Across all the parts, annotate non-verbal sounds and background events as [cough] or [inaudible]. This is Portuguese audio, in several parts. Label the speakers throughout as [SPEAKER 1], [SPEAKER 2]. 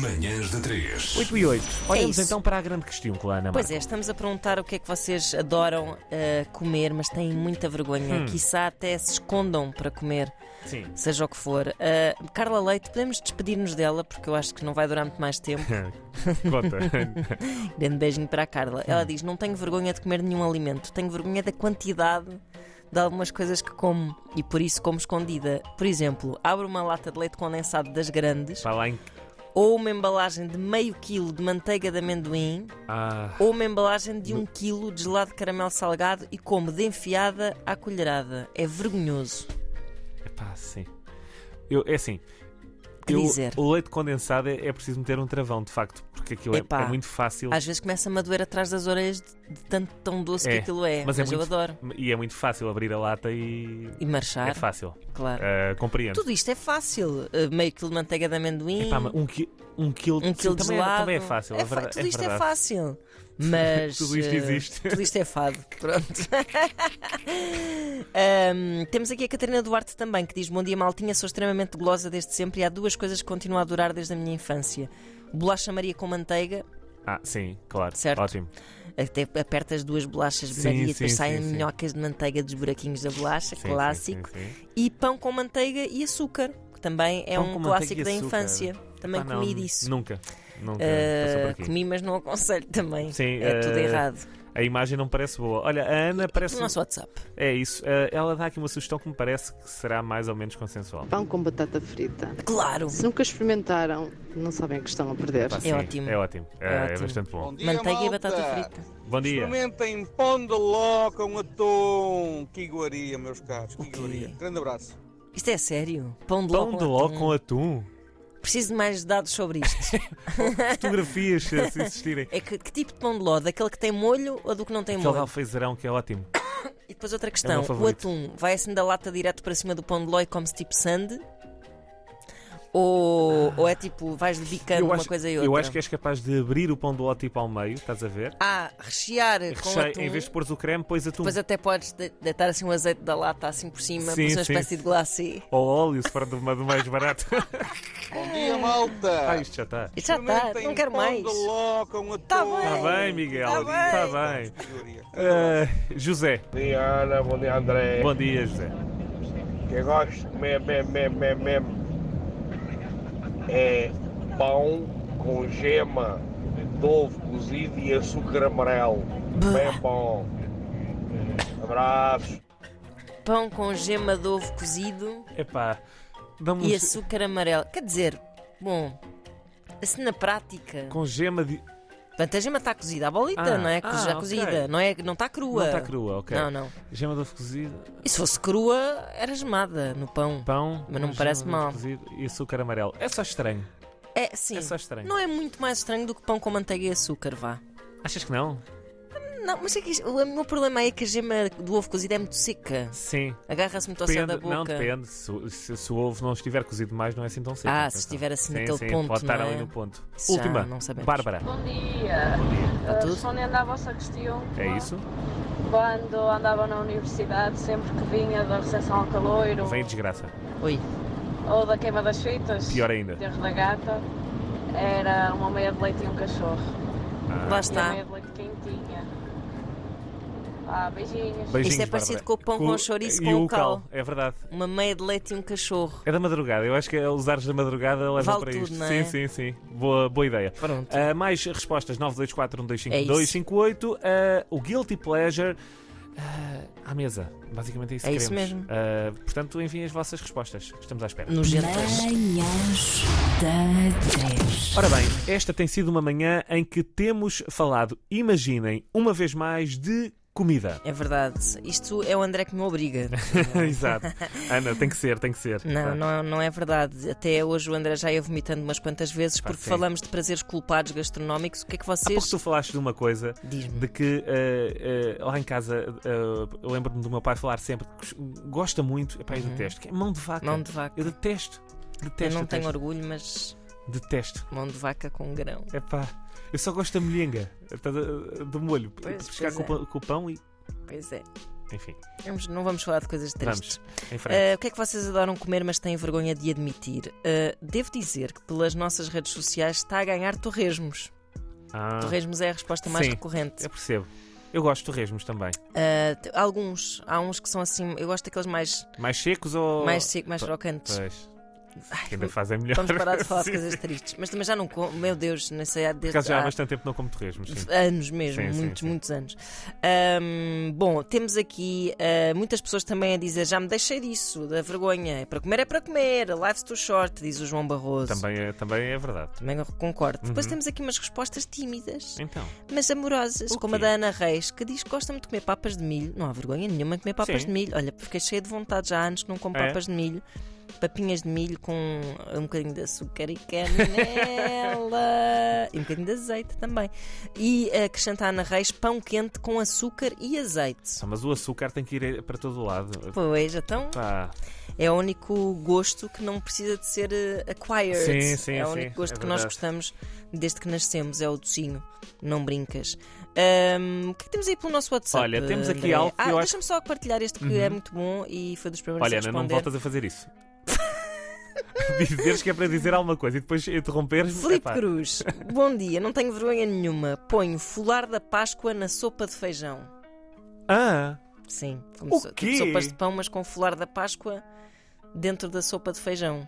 [SPEAKER 1] Manhãs da 3.
[SPEAKER 2] 8 e 8. Olhamos
[SPEAKER 3] É isso.
[SPEAKER 2] então para a grande questão, Ana.
[SPEAKER 3] Pois é, estamos a perguntar o que é que vocês adoram uh, comer, mas têm muita vergonha. Quiçá até se escondam para comer, [laughs]
[SPEAKER 2] Sim.
[SPEAKER 3] seja o que for. Uh, Carla Leite, podemos despedir-nos dela, porque eu acho que não vai durar muito mais tempo.
[SPEAKER 2] Conta.
[SPEAKER 3] Grande beijinho para a Carla. Ela diz: Não tenho vergonha de comer nenhum alimento, tenho vergonha da quantidade de algumas coisas que como e por isso como escondida. Por exemplo, abro uma lata de leite condensado das grandes,
[SPEAKER 2] Está lá em.
[SPEAKER 3] ou uma embalagem de meio quilo de manteiga de amendoim,
[SPEAKER 2] Ah,
[SPEAKER 3] ou uma embalagem de um quilo de gelado de caramelo salgado e como de enfiada à colherada. É vergonhoso.
[SPEAKER 2] epá, sim. Eu, é assim.
[SPEAKER 3] Que
[SPEAKER 2] eu-
[SPEAKER 3] dizer?
[SPEAKER 2] O leite condensado é, é preciso meter um travão, de facto, porque aquilo é,
[SPEAKER 3] Epá.
[SPEAKER 2] é muito fácil.
[SPEAKER 3] Às vezes começa-me a doer atrás das orelhas de, de tanto tão doce que
[SPEAKER 2] É,
[SPEAKER 3] aquilo é, mas,
[SPEAKER 2] mas é
[SPEAKER 3] eu
[SPEAKER 2] muito-
[SPEAKER 3] adoro.
[SPEAKER 2] E é muito fácil abrir a lata e.
[SPEAKER 3] E marchar,
[SPEAKER 2] É fácil.
[SPEAKER 3] claro.
[SPEAKER 2] Ah, compreendo.
[SPEAKER 3] Tudo isto é fácil. Uh, meio quilo de manteiga de amendoim,
[SPEAKER 2] Epá, mas um, qui um quilo
[SPEAKER 3] um quilo de
[SPEAKER 2] também,
[SPEAKER 3] gelado.
[SPEAKER 2] É, também é fácil. é
[SPEAKER 3] É fa-
[SPEAKER 2] verdade,
[SPEAKER 3] tudo isto é,
[SPEAKER 2] [laughs] verdade.
[SPEAKER 3] fácil. Mas.
[SPEAKER 2] Tudo isto
[SPEAKER 3] eh,
[SPEAKER 2] existe.
[SPEAKER 3] Tudo isto
[SPEAKER 2] [laughs]
[SPEAKER 3] é fado. Pronto. Ahm, temos aqui a Catarina Duarte também, que diz: Bom dia, Maltinha, sou extremamente golosa desde sempre e há duas coisas que continuo a adorar desde a minha infância: bolacha Maria com manteiga,
[SPEAKER 2] Ah, sim, claro.
[SPEAKER 3] Certo.
[SPEAKER 2] Ótimo.
[SPEAKER 3] até apertas duas bolachas
[SPEAKER 2] Sim,
[SPEAKER 3] Maria e depois
[SPEAKER 2] sim,
[SPEAKER 3] saem
[SPEAKER 2] sim, sim.
[SPEAKER 3] minhocas de manteiga dos buraquinhos da bolacha,
[SPEAKER 2] Sim, sim,
[SPEAKER 3] clássico,
[SPEAKER 2] sim, sim.
[SPEAKER 3] e pão com manteiga e açúcar, que também é
[SPEAKER 2] Pão com
[SPEAKER 3] um
[SPEAKER 2] manteiga
[SPEAKER 3] clássico
[SPEAKER 2] e
[SPEAKER 3] da
[SPEAKER 2] açúcar.
[SPEAKER 3] infância. Também
[SPEAKER 2] Epá, não,
[SPEAKER 3] comi disso.
[SPEAKER 2] Nunca. Nunca. passou por
[SPEAKER 3] Ah,
[SPEAKER 2] aqui.
[SPEAKER 3] comi, mas não aconselho também.
[SPEAKER 2] Sim,
[SPEAKER 3] é tudo
[SPEAKER 2] ah,
[SPEAKER 3] errado.
[SPEAKER 2] A imagem não parece boa. Olha, a Ana parece.
[SPEAKER 3] No nosso WhatsApp.
[SPEAKER 2] É isso. Eh, ela dá aqui uma sugestão que me parece que será mais ou menos consensual.
[SPEAKER 4] Pão com batata frita.
[SPEAKER 3] Claro.
[SPEAKER 4] Se nunca experimentaram, não sabem o que estão a perder.
[SPEAKER 2] Pá, sim,
[SPEAKER 3] ótimo.
[SPEAKER 2] É ótimo. Eh, É,
[SPEAKER 3] ótimo.
[SPEAKER 2] bastante
[SPEAKER 5] Bom
[SPEAKER 2] bom.
[SPEAKER 5] dia,
[SPEAKER 3] Manteiga e
[SPEAKER 5] malta.
[SPEAKER 3] batata frita.
[SPEAKER 2] Bom dia.
[SPEAKER 5] Experimentem pão de ló com atum. Que iguaria, meus caros. Que iguaria. Grande abraço.
[SPEAKER 3] Isto é sério? Pão de ló.
[SPEAKER 2] Pão
[SPEAKER 3] com
[SPEAKER 2] de ló
[SPEAKER 3] atum.
[SPEAKER 2] com atum.
[SPEAKER 3] Preciso de mais dados
[SPEAKER 2] [laughs]
[SPEAKER 3] sobre isto.
[SPEAKER 2] Fotografias,
[SPEAKER 3] [laughs]
[SPEAKER 2] se existirem.
[SPEAKER 3] é que, que tipo de pão de ló? Daquele que tem molho ou do que não tem
[SPEAKER 2] Aquele
[SPEAKER 3] molho?
[SPEAKER 2] alfeizarão que é ótimo.
[SPEAKER 3] E depois outra questão. o
[SPEAKER 2] favorito.
[SPEAKER 3] atum vai assim da lata direto para cima do pão de ló e come-se tipo sande? Ou, ou é tipo, vais bicando uma coisa e outra?
[SPEAKER 2] eu acho que é- és capaz de abrir o pão de ló tipo ao meio, estás a ver?
[SPEAKER 3] Ah, rechear
[SPEAKER 2] E
[SPEAKER 3] com
[SPEAKER 2] recheio-
[SPEAKER 3] atum.
[SPEAKER 2] É em vez de pôres o creme, pões atum.
[SPEAKER 3] Depois até podes de- deitar assim um azeite da lata assim por cima,
[SPEAKER 2] Sim,
[SPEAKER 3] para uma
[SPEAKER 2] sim.
[SPEAKER 3] espécie de glacê.
[SPEAKER 2] Ou óleo, se for do, do mais barato.
[SPEAKER 3] [laughs]
[SPEAKER 5] Bom dia, malta.
[SPEAKER 2] ah, isto já está.
[SPEAKER 3] E já está,
[SPEAKER 5] Experimentem
[SPEAKER 3] tá, não quero
[SPEAKER 5] pão
[SPEAKER 3] mais.
[SPEAKER 5] de ló com atum.
[SPEAKER 3] Tá bem.
[SPEAKER 2] Está bem, Miguel.
[SPEAKER 3] Tá
[SPEAKER 2] Está
[SPEAKER 5] bem.
[SPEAKER 2] bem. Eh, José.
[SPEAKER 6] Bom dia, Ana. Bom dia, André.
[SPEAKER 2] Bom dia, José.
[SPEAKER 6] Que eu gosto mesmo, mesmo, mesmo, mesmo, mesmo. É pão com gema, de ovo cozido e açúcar amarelo. Bem bom. Abraços.
[SPEAKER 3] Pão com gema de ovo cozido.
[SPEAKER 2] Epá, dá-me
[SPEAKER 3] e
[SPEAKER 2] um-
[SPEAKER 3] açúcar amarelo. Quer dizer, bom, assim na prática.
[SPEAKER 2] com gema de.
[SPEAKER 3] Portanto, a gema está cozida à bolita,
[SPEAKER 2] Ah,
[SPEAKER 3] não é? Co-
[SPEAKER 2] ah,
[SPEAKER 3] já
[SPEAKER 2] ok.
[SPEAKER 3] cozida, não é? Não está crua.
[SPEAKER 2] Não está crua, ok.
[SPEAKER 3] Não, não.
[SPEAKER 2] Gema de ovo cozido,
[SPEAKER 3] E se fosse crua, era gemada no pão.
[SPEAKER 2] pão.
[SPEAKER 3] Mas não me
[SPEAKER 2] gema
[SPEAKER 3] parece
[SPEAKER 2] de ovo
[SPEAKER 3] mal.
[SPEAKER 2] cozido E açúcar amarelo. É só estranho.
[SPEAKER 3] É, sim.
[SPEAKER 2] É só estranho.
[SPEAKER 3] Não é muito mais estranho do que pão com manteiga e açúcar, vá.
[SPEAKER 2] Achas que não?
[SPEAKER 3] Não, mas é que isto- o meu problema é que a gema do ovo cozido é muito seca.
[SPEAKER 2] Sim.
[SPEAKER 3] Agarra-se muito ao céu é da
[SPEAKER 2] Depende,
[SPEAKER 3] boca.
[SPEAKER 2] não depende. Se, se- se o ovo não estiver cozido mais, não é assim tão seco.
[SPEAKER 3] Ah, se
[SPEAKER 2] atenção.
[SPEAKER 3] estiver assim
[SPEAKER 2] Sim,
[SPEAKER 3] naquele
[SPEAKER 2] sim,
[SPEAKER 3] ponto,
[SPEAKER 2] Pode estar
[SPEAKER 3] não é?
[SPEAKER 2] ali no ponto.
[SPEAKER 3] Isso já
[SPEAKER 2] Última.
[SPEAKER 3] não sabemos.
[SPEAKER 2] Bárbara.
[SPEAKER 7] Bom dia.
[SPEAKER 3] Está
[SPEAKER 7] Eh,
[SPEAKER 3] tudo?
[SPEAKER 7] Respondendo à vossa questão,
[SPEAKER 2] É isso?
[SPEAKER 7] quando andava na universidade, sempre que vinha da recepção ao caloiro
[SPEAKER 2] Vem desgraça.
[SPEAKER 3] Oi.
[SPEAKER 7] ou da queima das fitas,
[SPEAKER 2] Pior ainda.
[SPEAKER 7] enterro da gata, era uma meia de leite e um cachorro.
[SPEAKER 2] Ah.
[SPEAKER 3] Lá
[SPEAKER 7] E uma
[SPEAKER 8] Tá.
[SPEAKER 3] está.
[SPEAKER 7] meia de leite quentinha. Ah, beijinhos.
[SPEAKER 2] Beijinhos,
[SPEAKER 3] Isto é parecido
[SPEAKER 2] Bárbara.
[SPEAKER 3] com o pão com chouriço
[SPEAKER 2] e
[SPEAKER 3] com
[SPEAKER 2] o cal.
[SPEAKER 3] cal.
[SPEAKER 2] É verdade.
[SPEAKER 3] Uma meia de leite e um cachorro.
[SPEAKER 2] É da madrugada, eu acho que os ares da madrugada levam
[SPEAKER 3] Vale
[SPEAKER 2] para
[SPEAKER 3] tudo,
[SPEAKER 2] isto.
[SPEAKER 3] não
[SPEAKER 2] sim,
[SPEAKER 3] é?
[SPEAKER 2] sim, sim. Boa, boa ideia.
[SPEAKER 3] Pronto. É
[SPEAKER 2] Ah, mais respostas: 924-125-258. Ah, o Guilty Pleasure ah, à mesa. Basicamente é isso
[SPEAKER 3] É
[SPEAKER 2] que
[SPEAKER 3] isso
[SPEAKER 2] queremos.
[SPEAKER 3] mesmo.
[SPEAKER 2] Ah, portanto, enviem as vossas respostas. Estamos à espera.
[SPEAKER 3] Nojentas.
[SPEAKER 9] Manhãs da 3.
[SPEAKER 2] Ora bem, esta tem sido uma manhã em que temos falado, imaginem, uma vez mais, de comida. [laughs]
[SPEAKER 3] É verdade. Isto é o André que me obriga.
[SPEAKER 2] Exato. Ana, tem que ser, tem que ser.
[SPEAKER 3] Não, não, não é verdade. Até hoje o André já ia vomitando umas quantas vezes porque
[SPEAKER 2] sim.
[SPEAKER 3] falamos de prazeres culpados gastronómicos. O que é que
[SPEAKER 2] Há pouco
[SPEAKER 3] vocês.
[SPEAKER 2] tu falaste de uma coisa
[SPEAKER 3] Diz-me.
[SPEAKER 2] de que eh, eh, lá em casa eh, eu lembro-me do meu pai falar sempre que gosta muito, epá, eu detesto, que é mão de vaca.
[SPEAKER 3] Uhum. Mão de vaca.
[SPEAKER 2] Eu detesto, detesto.
[SPEAKER 3] Eu não
[SPEAKER 2] detesto,
[SPEAKER 3] tenho orgulho, mas
[SPEAKER 2] Detesto.
[SPEAKER 3] mão de vaca com grão.
[SPEAKER 2] Epá, eu só gosto tá, da molhenga, estás a- do molho.
[SPEAKER 3] Pois,
[SPEAKER 2] Pescar
[SPEAKER 3] pois
[SPEAKER 2] com,
[SPEAKER 3] é.
[SPEAKER 2] o pão- com o pão e
[SPEAKER 3] Pois é.
[SPEAKER 2] Enfim,
[SPEAKER 3] Vamos- não vamos falar de coisas tristes.
[SPEAKER 2] vamos. Em frente.
[SPEAKER 3] Ah, o que é que vocês adoram comer, mas têm vergonha de admitir? Ah, devo dizer que pelas nossas redes sociais está a ganhar torresmos.
[SPEAKER 2] Ah,
[SPEAKER 3] Torresmos é a resposta mais
[SPEAKER 2] Sim.
[SPEAKER 3] recorrente.
[SPEAKER 2] eu percebo. Eu gosto de torresmos também.
[SPEAKER 3] Ah, t- alguns, há uns que são assim, eu gosto daqueles mais,
[SPEAKER 2] Mais secos ou.
[SPEAKER 3] mais seco, mais
[SPEAKER 2] Pois.
[SPEAKER 3] crocantes.
[SPEAKER 2] Pois.
[SPEAKER 3] Ai,
[SPEAKER 2] Que ainda fazem [laughs] melhor.
[SPEAKER 3] Vamos parar de falar de
[SPEAKER 2] Sim.
[SPEAKER 3] coisas tristes. Mas também já não como, meu Deus, nem sei há
[SPEAKER 2] Por
[SPEAKER 3] desde
[SPEAKER 2] acaso já há
[SPEAKER 3] há
[SPEAKER 2] bastante tempo não como torresmos. Sim.
[SPEAKER 3] anos mesmo,
[SPEAKER 2] Sim, sim,
[SPEAKER 3] muitos,
[SPEAKER 2] sim.
[SPEAKER 3] muitos anos. Ahm, bom, temos aqui ah, muitas pessoas também a dizer: já me deixei disso, da vergonha. É para comer, é para comer. Life's too short, diz o João Barroso.
[SPEAKER 2] Também Uhum. é, também é verdade.
[SPEAKER 3] Também concordo. Depois temos aqui umas respostas tímidas,
[SPEAKER 2] Então,
[SPEAKER 3] mas amorosas,
[SPEAKER 2] O
[SPEAKER 3] como a
[SPEAKER 2] quê?
[SPEAKER 3] da Ana Reis, que diz que gosta-me de comer papas de milho. Não há vergonha nenhuma em comer papas
[SPEAKER 2] Sim.
[SPEAKER 3] de milho. Olha, fiquei cheia de vontade já há anos que não como
[SPEAKER 2] É?
[SPEAKER 3] papas de milho. Papinhas de milho com um bocadinho de açúcar e
[SPEAKER 2] [laughs]
[SPEAKER 3] canela e um bocadinho de azeite também. E acrescenta a Ana Reis pão quente com açúcar e azeite.
[SPEAKER 2] só- mas o açúcar tem que ir eh, para todo o lado.
[SPEAKER 3] Pois, então
[SPEAKER 2] Pá,
[SPEAKER 3] é o único gosto que não precisa de ser eh, acquired.
[SPEAKER 2] Sim, sim,
[SPEAKER 3] é o
[SPEAKER 2] sim,
[SPEAKER 3] único gosto
[SPEAKER 2] é
[SPEAKER 3] que nós
[SPEAKER 2] verdade.
[SPEAKER 3] gostamos desde que nascemos, é o docinho. Não brincas. Ahm, o que é que temos aí pelo nosso WhatsApp?
[SPEAKER 2] Olha, temos aqui
[SPEAKER 3] André?
[SPEAKER 2] algo que
[SPEAKER 3] ah,
[SPEAKER 2] eu acho- Uhum.
[SPEAKER 3] Deixa-me só partilhar este que é muito bom e foi dos primeiros
[SPEAKER 2] olha,
[SPEAKER 3] a
[SPEAKER 2] Ana, não me
[SPEAKER 3] responder.
[SPEAKER 2] voltas a fazer isso. [laughs] Dizeres que é para dizer alguma coisa e depois interromperes.
[SPEAKER 3] Filipe
[SPEAKER 2] epá. [laughs]
[SPEAKER 3] Cruz, bom dia, não tenho vergonha nenhuma. Ponho folar da Páscoa na sopa de feijão.
[SPEAKER 2] Ah,
[SPEAKER 3] Sim,
[SPEAKER 2] O
[SPEAKER 3] so- tipo
[SPEAKER 2] quê?
[SPEAKER 3] sopas de pão, mas com folar da Páscoa dentro da sopa de feijão.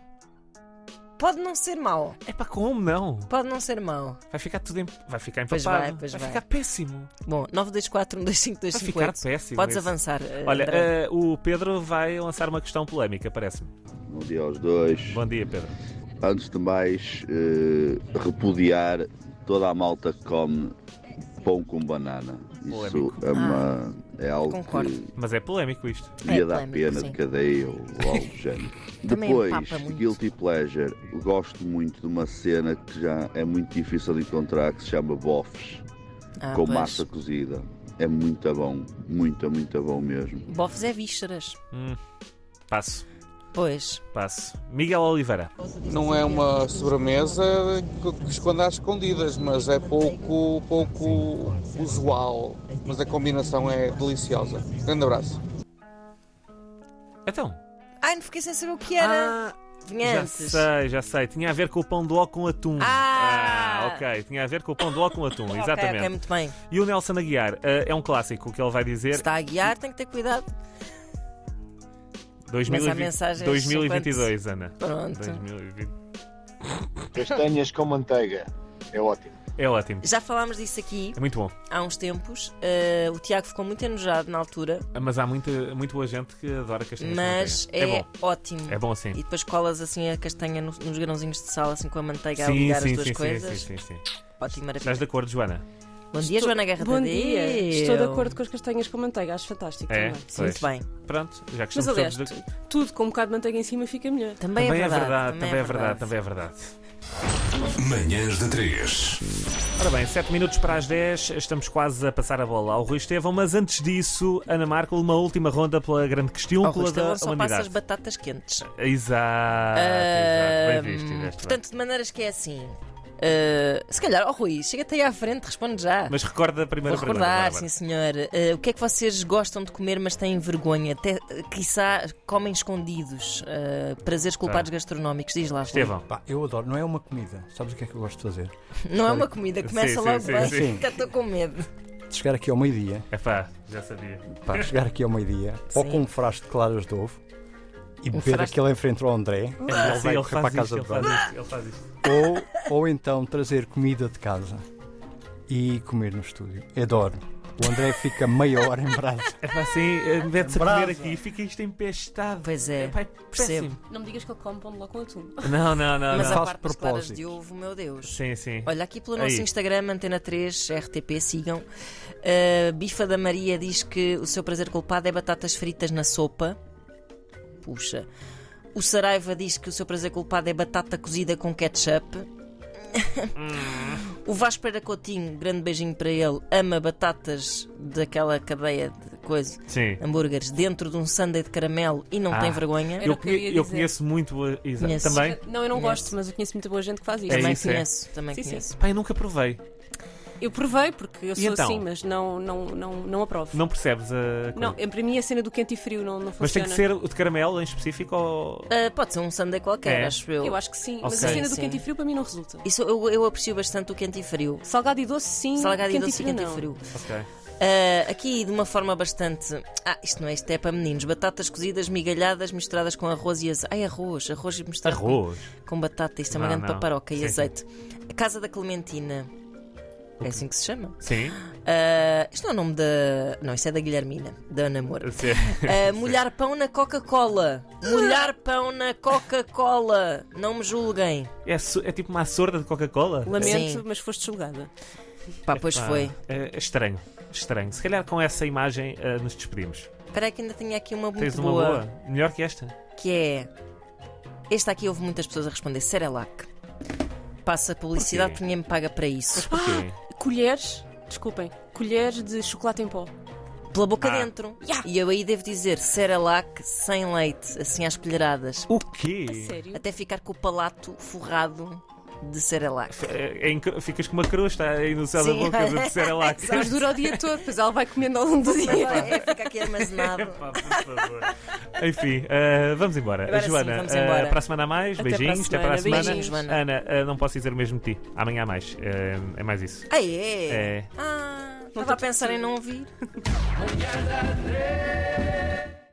[SPEAKER 3] Pode não ser mau,
[SPEAKER 2] é para como não?
[SPEAKER 3] pode não ser mau.
[SPEAKER 2] Vai ficar tudo em... Vai ficar empapado.
[SPEAKER 3] Pois vai, pois vai.
[SPEAKER 2] ficar péssimo.
[SPEAKER 3] Bom, 924
[SPEAKER 2] Vai ficar
[SPEAKER 3] 125258.
[SPEAKER 2] péssimo.
[SPEAKER 3] Podes
[SPEAKER 2] isso.
[SPEAKER 3] avançar. eh,
[SPEAKER 2] Olha,
[SPEAKER 3] André.
[SPEAKER 2] eh, o Pedro vai lançar uma questão polémica, parece-me.
[SPEAKER 1] Bom Um dia aos dois.
[SPEAKER 2] Bom dia, Pedro.
[SPEAKER 1] Antes de mais, eh, repudiar toda a malta que come pão com banana. Isso
[SPEAKER 2] Polémico.
[SPEAKER 1] é, uma, é algo
[SPEAKER 3] Ah, Concordo.
[SPEAKER 1] que
[SPEAKER 2] Mas é polémico isto.
[SPEAKER 1] devia
[SPEAKER 3] É
[SPEAKER 1] dar
[SPEAKER 3] polémico,
[SPEAKER 1] pena
[SPEAKER 3] sim.
[SPEAKER 1] de cadeia ou algo do género.
[SPEAKER 3] [laughs] Também empapa
[SPEAKER 1] Depois,
[SPEAKER 3] muito.
[SPEAKER 1] Guilty Pleasure, gosto muito de uma cena que já é muito difícil de encontrar, que se chama bofes,
[SPEAKER 3] Ah,
[SPEAKER 1] com
[SPEAKER 3] pois.
[SPEAKER 1] massa cozida. É muito bom, muito, muito bom mesmo.
[SPEAKER 3] Bofes é vísceras.
[SPEAKER 2] Passo,
[SPEAKER 3] Pois.
[SPEAKER 2] passo. Miguel Oliveira.
[SPEAKER 5] Não é uma sobremesa que esconde às escondidas, mas é pouco, pouco usual. Mas a combinação é deliciosa. Grande abraço.
[SPEAKER 2] Então.
[SPEAKER 3] Ai, não fiquei sem saber o que
[SPEAKER 2] Ah,
[SPEAKER 3] era. Vinha
[SPEAKER 2] já
[SPEAKER 3] antes.
[SPEAKER 2] sei, já sei. Tinha a ver com o pão de ló com atum.
[SPEAKER 3] Ah!
[SPEAKER 2] Ah, ok. Tinha a ver com o pão de ló com atum,
[SPEAKER 3] Ok,
[SPEAKER 2] exatamente.
[SPEAKER 3] ok, muito bem.
[SPEAKER 2] E o Nelson Aguiar eh, é um clássico. O que ele vai dizer?
[SPEAKER 3] Se está a guiar, tem que ter cuidado.
[SPEAKER 2] 2020
[SPEAKER 3] Mas há mensagens
[SPEAKER 2] 2022, Ana.
[SPEAKER 3] Pronto.
[SPEAKER 2] 2020.
[SPEAKER 10] Castanhas com manteiga. É ótimo.
[SPEAKER 2] É ótimo.
[SPEAKER 3] Já falámos disso aqui
[SPEAKER 2] É muito bom.
[SPEAKER 3] há uns tempos. Eh, o Tiago ficou muito enojado na altura,
[SPEAKER 2] Mas há muita, muito boa gente que adora castanhas com
[SPEAKER 3] mas
[SPEAKER 2] manteiga.
[SPEAKER 3] é,
[SPEAKER 2] É bom.
[SPEAKER 3] ótimo.
[SPEAKER 2] É bom assim.
[SPEAKER 3] E depois colas assim a castanha no- nos grãozinhos de sal, assim com a manteiga a
[SPEAKER 2] Sim,
[SPEAKER 3] ligar
[SPEAKER 2] sim,
[SPEAKER 3] as duas
[SPEAKER 2] sim, sim,
[SPEAKER 3] coisas.
[SPEAKER 2] sim, sim, sim.
[SPEAKER 3] Ótimo, maravilha.
[SPEAKER 2] Estás de acordo, Joana?
[SPEAKER 3] Bom dia, Joana Guerra
[SPEAKER 8] Bom
[SPEAKER 3] da
[SPEAKER 8] dia.
[SPEAKER 3] Deus.
[SPEAKER 8] Estou de acordo com as castanhas com manteiga, acho fantástico
[SPEAKER 2] É?
[SPEAKER 8] também.
[SPEAKER 2] Pois.
[SPEAKER 3] Muito bem.
[SPEAKER 2] Pronto, já que
[SPEAKER 8] Mas
[SPEAKER 2] estamos
[SPEAKER 8] aliás,
[SPEAKER 2] todos de...
[SPEAKER 8] tu- tudo com um bocado de manteiga em cima fica melhor.
[SPEAKER 3] é Também,
[SPEAKER 2] também é verdade, também é verdade, também é verdade.
[SPEAKER 10] Manhãs da 3.
[SPEAKER 2] Ora bem, 7 minutos para as 10, estamos quase a passar a bola ao Rui Estevão, mas antes disso, Ana Marco, uma última ronda pela grande questão, pela
[SPEAKER 3] Oh, Rui,
[SPEAKER 2] da
[SPEAKER 3] Estevão só passa as
[SPEAKER 2] humanidade. É
[SPEAKER 3] batatas quentes.
[SPEAKER 2] Exato, exato, bem visto, tiveste
[SPEAKER 3] Ahm,
[SPEAKER 2] bem.
[SPEAKER 3] Ah, portanto, de maneiras que é assim. ah, se calhar, oh Rui, chega-te aí à frente, responde já.
[SPEAKER 2] Mas recorda a
[SPEAKER 3] Vou
[SPEAKER 2] primeira pergunta.
[SPEAKER 3] recordar,
[SPEAKER 2] Bárbara.
[SPEAKER 3] sim senhor. Ah, o que é que vocês gostam de comer, mas têm vergonha? Até, uh, quiçá, comem escondidos. Ah, prazeres culpados gastronómicos. Diz lá, Rui.
[SPEAKER 2] Tá. Estevão,
[SPEAKER 11] Pá, eu adoro, não é uma comida. Sabes o que é que eu gosto de fazer?
[SPEAKER 3] Não é uma comida, começa
[SPEAKER 2] Sim, sim,
[SPEAKER 3] logo
[SPEAKER 2] sim,
[SPEAKER 3] bem.
[SPEAKER 11] sim.
[SPEAKER 3] Até estou com medo.
[SPEAKER 11] De chegar aqui ao meio-dia,
[SPEAKER 2] é pá, já sabia.
[SPEAKER 3] [laughs]
[SPEAKER 11] pá, chegar aqui ao meio-dia, ou
[SPEAKER 3] Sim. Um
[SPEAKER 11] com um frasco de claras de ovo e beber
[SPEAKER 3] frasco-
[SPEAKER 11] aquele em frente ao André, ele
[SPEAKER 2] Ah, Sim,
[SPEAKER 11] vai
[SPEAKER 2] ele
[SPEAKER 11] correr para a
[SPEAKER 2] faz isto,
[SPEAKER 11] casa
[SPEAKER 2] ele
[SPEAKER 11] de banho.
[SPEAKER 2] faz isto, ele faz isto.
[SPEAKER 11] Ou, ou então trazer comida de casa e comer no estúdio. Adoro. O André fica meia hora em brasa.
[SPEAKER 2] É pá, assim, eh, mete-se a comer
[SPEAKER 11] Brasa.
[SPEAKER 2] aqui e fica isto empestado.
[SPEAKER 3] Pois é,
[SPEAKER 2] É pá, é
[SPEAKER 3] percebo.
[SPEAKER 2] péssimo.
[SPEAKER 8] Não me digas que eu como pão de ló com atum.
[SPEAKER 2] Não, não, não,
[SPEAKER 3] Mas
[SPEAKER 2] não.
[SPEAKER 3] a
[SPEAKER 11] Faz
[SPEAKER 3] parte das claras
[SPEAKER 11] propósito.
[SPEAKER 3] de ovo, meu Deus.
[SPEAKER 2] Sim, sim.
[SPEAKER 3] Olha, aqui pelo
[SPEAKER 2] Aí.
[SPEAKER 3] nosso Instagram, Antena 3, RTP, sigam. Uh, Bifa da Maria diz que o seu prazer culpado é batatas fritas na sopa. Puxa. O Saraiva diz que o seu prazer culpado é batata cozida com ketchup.
[SPEAKER 2] Hum.
[SPEAKER 3] [laughs] o Vasco Pereira Coutinho, grande beijinho para ele, ama batatas daquela cadeia de coisa,
[SPEAKER 2] Sim.
[SPEAKER 3] hambúrgueres, dentro de um sundae de caramelo e não
[SPEAKER 2] Ah.
[SPEAKER 3] tem vergonha.
[SPEAKER 8] Era
[SPEAKER 2] Eu,
[SPEAKER 8] o que eu ia
[SPEAKER 2] conhe- eu
[SPEAKER 8] dizer.
[SPEAKER 2] conheço muito. boa- Exato.
[SPEAKER 3] Conheço.
[SPEAKER 2] Também.
[SPEAKER 8] Não, eu não
[SPEAKER 3] Conheço.
[SPEAKER 8] gosto, mas eu conheço muita boa gente que faz isso.
[SPEAKER 2] É
[SPEAKER 3] também
[SPEAKER 2] isso, é.
[SPEAKER 3] conheço, também
[SPEAKER 8] Sim, sim.
[SPEAKER 3] conheço.
[SPEAKER 2] Pá, eu nunca provei.
[SPEAKER 8] Eu provei, porque eu
[SPEAKER 2] E
[SPEAKER 8] sou
[SPEAKER 2] então?
[SPEAKER 8] assim, mas não, não, não, não aprovo.
[SPEAKER 2] Não percebes a.
[SPEAKER 8] Não, é para mim a cena do quente e frio não, não
[SPEAKER 2] Mas tem
[SPEAKER 8] funciona.
[SPEAKER 2] que ser o de caramelo em específico ou.
[SPEAKER 3] Ah, pode ser um sundae qualquer,
[SPEAKER 2] É.
[SPEAKER 3] acho eu.
[SPEAKER 8] Eu acho que sim, mas a
[SPEAKER 2] Ok.
[SPEAKER 8] cena do
[SPEAKER 3] Sim.
[SPEAKER 8] quente e frio para mim não resulta.
[SPEAKER 3] Isso eu, eu aprecio bastante o quente e frio.
[SPEAKER 8] Salgado e doce, sim.
[SPEAKER 3] Salgado e
[SPEAKER 8] Hum, quente
[SPEAKER 3] doce e
[SPEAKER 8] frio,
[SPEAKER 3] quente e
[SPEAKER 8] não.
[SPEAKER 3] frio.
[SPEAKER 2] Ok.
[SPEAKER 3] Ah, aqui de uma forma bastante. Ah, isto não é, isto é para meninos. Batatas cozidas, migalhadas, misturadas com arroz e azeite. Ai, arroz, arroz e misturado com-
[SPEAKER 2] Arroz.
[SPEAKER 3] Com, batata. Isto é uma
[SPEAKER 2] Não,
[SPEAKER 3] grande
[SPEAKER 2] não.
[SPEAKER 3] paparoca e
[SPEAKER 2] Sim, sim.
[SPEAKER 3] azeite. A Casa da Clementina. É assim que se chama.
[SPEAKER 2] Sim.
[SPEAKER 3] Ah, isto não é o nome da. Não, isso é da Guilhermina, da Ana Moura.
[SPEAKER 2] Sim.
[SPEAKER 3] Ah, molhar pão na Coca-Cola. Molhar pão na Coca-Cola. Não me julguem.
[SPEAKER 2] É, su- é tipo uma sorda de Coca-Cola?
[SPEAKER 8] Lamento, mas foste julgada.
[SPEAKER 3] Pá, pois
[SPEAKER 2] Epá,
[SPEAKER 3] foi.
[SPEAKER 2] É, é estranho, estranho. Se calhar com essa imagem ah, nos despedimos.
[SPEAKER 3] Espera aí que ainda tinha aqui uma muito
[SPEAKER 2] Tens uma boa. Melhor que esta?
[SPEAKER 3] que é. Este aqui houve muitas pessoas a responder: Cerelac. Passa publicidade que ninguém me paga para isso.
[SPEAKER 2] Porquê?
[SPEAKER 8] Colheres, desculpem, colheres de chocolate em pó.
[SPEAKER 3] Pela boca
[SPEAKER 8] Ah.
[SPEAKER 3] dentro. E eu aí devo dizer: Cerelac sem leite, assim às colheradas.
[SPEAKER 2] O quê?
[SPEAKER 8] Sério?
[SPEAKER 3] Até ficar com o palato forrado de Cerelac.
[SPEAKER 2] É, é incr- ficas com uma crosta aí no céu da
[SPEAKER 3] Sim. é.
[SPEAKER 2] boca de
[SPEAKER 3] [laughs]
[SPEAKER 2] Cerelac.
[SPEAKER 8] Mas dura o dia todo, pois ela vai comendo ao longo [laughs] do dia.
[SPEAKER 3] É, fica
[SPEAKER 2] [laughs]
[SPEAKER 3] aqui armazenado.
[SPEAKER 2] Enfim, ah, vamos embora.
[SPEAKER 3] Agora sim,
[SPEAKER 2] Joana, eh,
[SPEAKER 3] vamos embora.
[SPEAKER 2] para a semana há mais,
[SPEAKER 3] Até para a
[SPEAKER 2] beijinhos, até para a semana.
[SPEAKER 3] semana, beijinhos, Joana.
[SPEAKER 2] Ana, ah, não posso dizer o mesmo de ti. Amanhã há mais. Ah, é mais isso.
[SPEAKER 3] Ah, é?
[SPEAKER 2] É.
[SPEAKER 3] Ah, estava a pensar em não ouvir.